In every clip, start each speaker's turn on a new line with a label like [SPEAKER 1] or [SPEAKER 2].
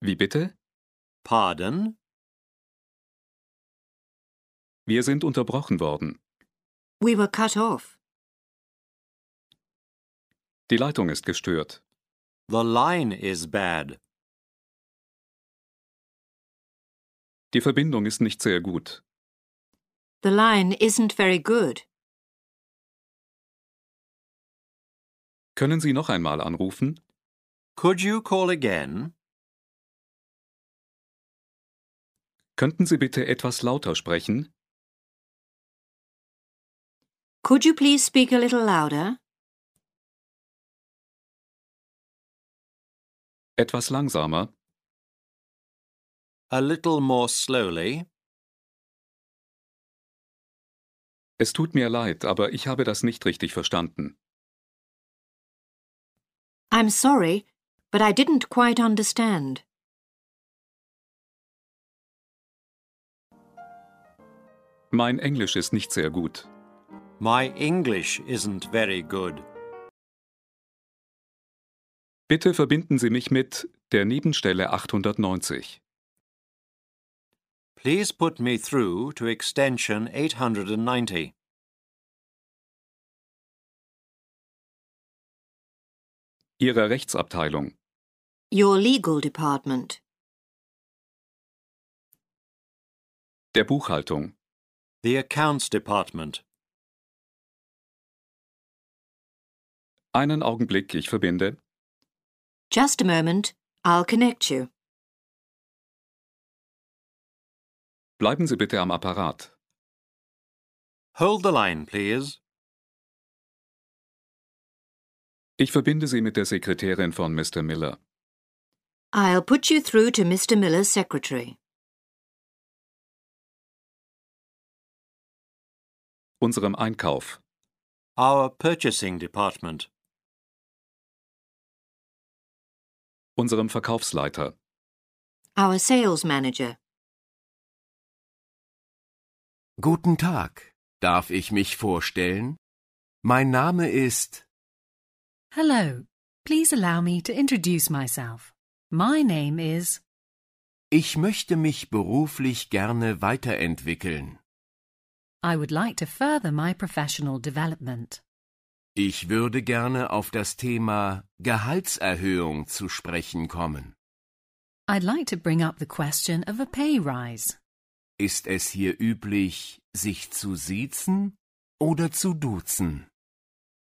[SPEAKER 1] Wie bitte?
[SPEAKER 2] Pardon?
[SPEAKER 1] Wir sind unterbrochen worden.
[SPEAKER 3] We were cut off.
[SPEAKER 1] Die Leitung ist gestört.
[SPEAKER 2] The line is bad.
[SPEAKER 1] Die Verbindung ist nicht sehr gut.
[SPEAKER 3] The line isn't very good.
[SPEAKER 1] Können Sie noch einmal anrufen?
[SPEAKER 2] Could you call again?
[SPEAKER 1] Könnten Sie bitte etwas lauter sprechen?
[SPEAKER 3] Could you please speak a little louder?
[SPEAKER 1] Etwas langsamer?
[SPEAKER 2] A little more slowly.
[SPEAKER 1] Es tut mir leid, aber ich habe das nicht richtig verstanden.
[SPEAKER 3] I'm sorry, but I didn't quite understand.
[SPEAKER 1] Mein Englisch ist nicht sehr gut.
[SPEAKER 2] My English isn't very good.
[SPEAKER 1] Bitte verbinden Sie mich mit der Nebenstelle 890.
[SPEAKER 2] Please put me through to extension 890.
[SPEAKER 1] Ihrer Rechtsabteilung.
[SPEAKER 3] Your legal department.
[SPEAKER 1] Der Buchhaltung.
[SPEAKER 2] The accounts department.
[SPEAKER 1] Einen Augenblick, ich verbinde.
[SPEAKER 3] Just a moment, I'll connect you.
[SPEAKER 1] Bleiben Sie bitte am Apparat.
[SPEAKER 2] Hold the line, please.
[SPEAKER 1] Ich verbinde Sie mit der Sekretärin von Mr. Miller.
[SPEAKER 3] I'll put you through to Mr. Miller's secretary.
[SPEAKER 1] Unserem Einkauf.
[SPEAKER 2] Our purchasing department.
[SPEAKER 1] Unserem Verkaufsleiter.
[SPEAKER 3] Our sales manager.
[SPEAKER 4] Guten Tag. Darf ich mich vorstellen? Mein Name ist
[SPEAKER 5] Hello. Please allow me to introduce myself. My name is.
[SPEAKER 4] Ich möchte mich beruflich gerne weiterentwickeln.
[SPEAKER 5] I would like to further my professional development.
[SPEAKER 4] Ich würde gerne auf das Thema Gehaltserhöhung zu sprechen kommen.
[SPEAKER 5] I'd like to bring up the question of a pay rise.
[SPEAKER 4] Ist es hier üblich, sich zu siezen oder zu duzen?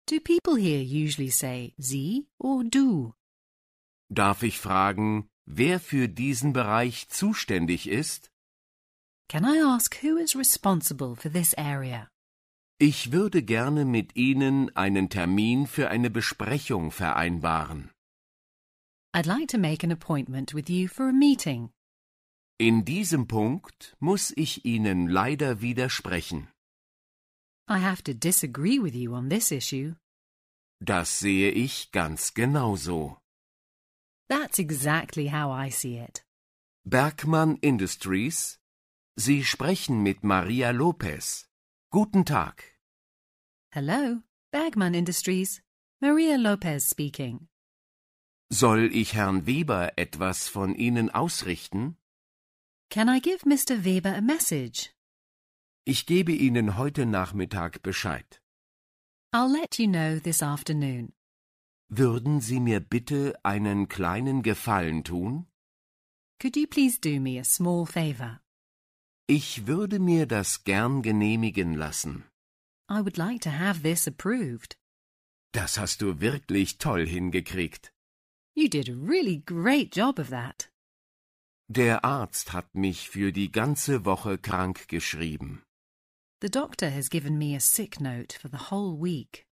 [SPEAKER 5] Do people here usually say Sie or Du?
[SPEAKER 4] Darf ich fragen, wer für diesen Bereich zuständig ist?
[SPEAKER 5] Can I ask who is responsible for this area?
[SPEAKER 4] Ich würde gerne mit Ihnen einen Termin für eine Besprechung vereinbaren.
[SPEAKER 5] I'd like to make an appointment with you for a meeting.
[SPEAKER 4] In diesem Punkt muss ich Ihnen leider widersprechen.
[SPEAKER 5] I have to disagree with you on this issue.
[SPEAKER 4] Das sehe ich ganz genauso.
[SPEAKER 5] That's exactly how I see it.
[SPEAKER 4] Bergmann Industries? Sie sprechen mit Maria Lopez. Guten Tag.
[SPEAKER 5] Hello. Bergman Industries. Maria Lopez speaking.
[SPEAKER 4] Soll ich Herrn Weber etwas von Ihnen ausrichten?
[SPEAKER 5] Can I give Mr. Weber a message?
[SPEAKER 4] Ich gebe Ihnen heute Nachmittag Bescheid.
[SPEAKER 5] I'll let you know this afternoon.
[SPEAKER 4] Würden Sie mir bitte einen kleinen Gefallen tun?
[SPEAKER 5] Could you please do me a small favor?
[SPEAKER 4] Ich würde mir das gern genehmigen lassen.
[SPEAKER 5] I would like to have this approved.
[SPEAKER 4] Das hast du wirklich toll hingekriegt.
[SPEAKER 5] You did a really great job of that.
[SPEAKER 4] Der Arzt hat mich für die ganze Woche krank geschrieben.
[SPEAKER 5] The doctor has given me a sick note for the whole week.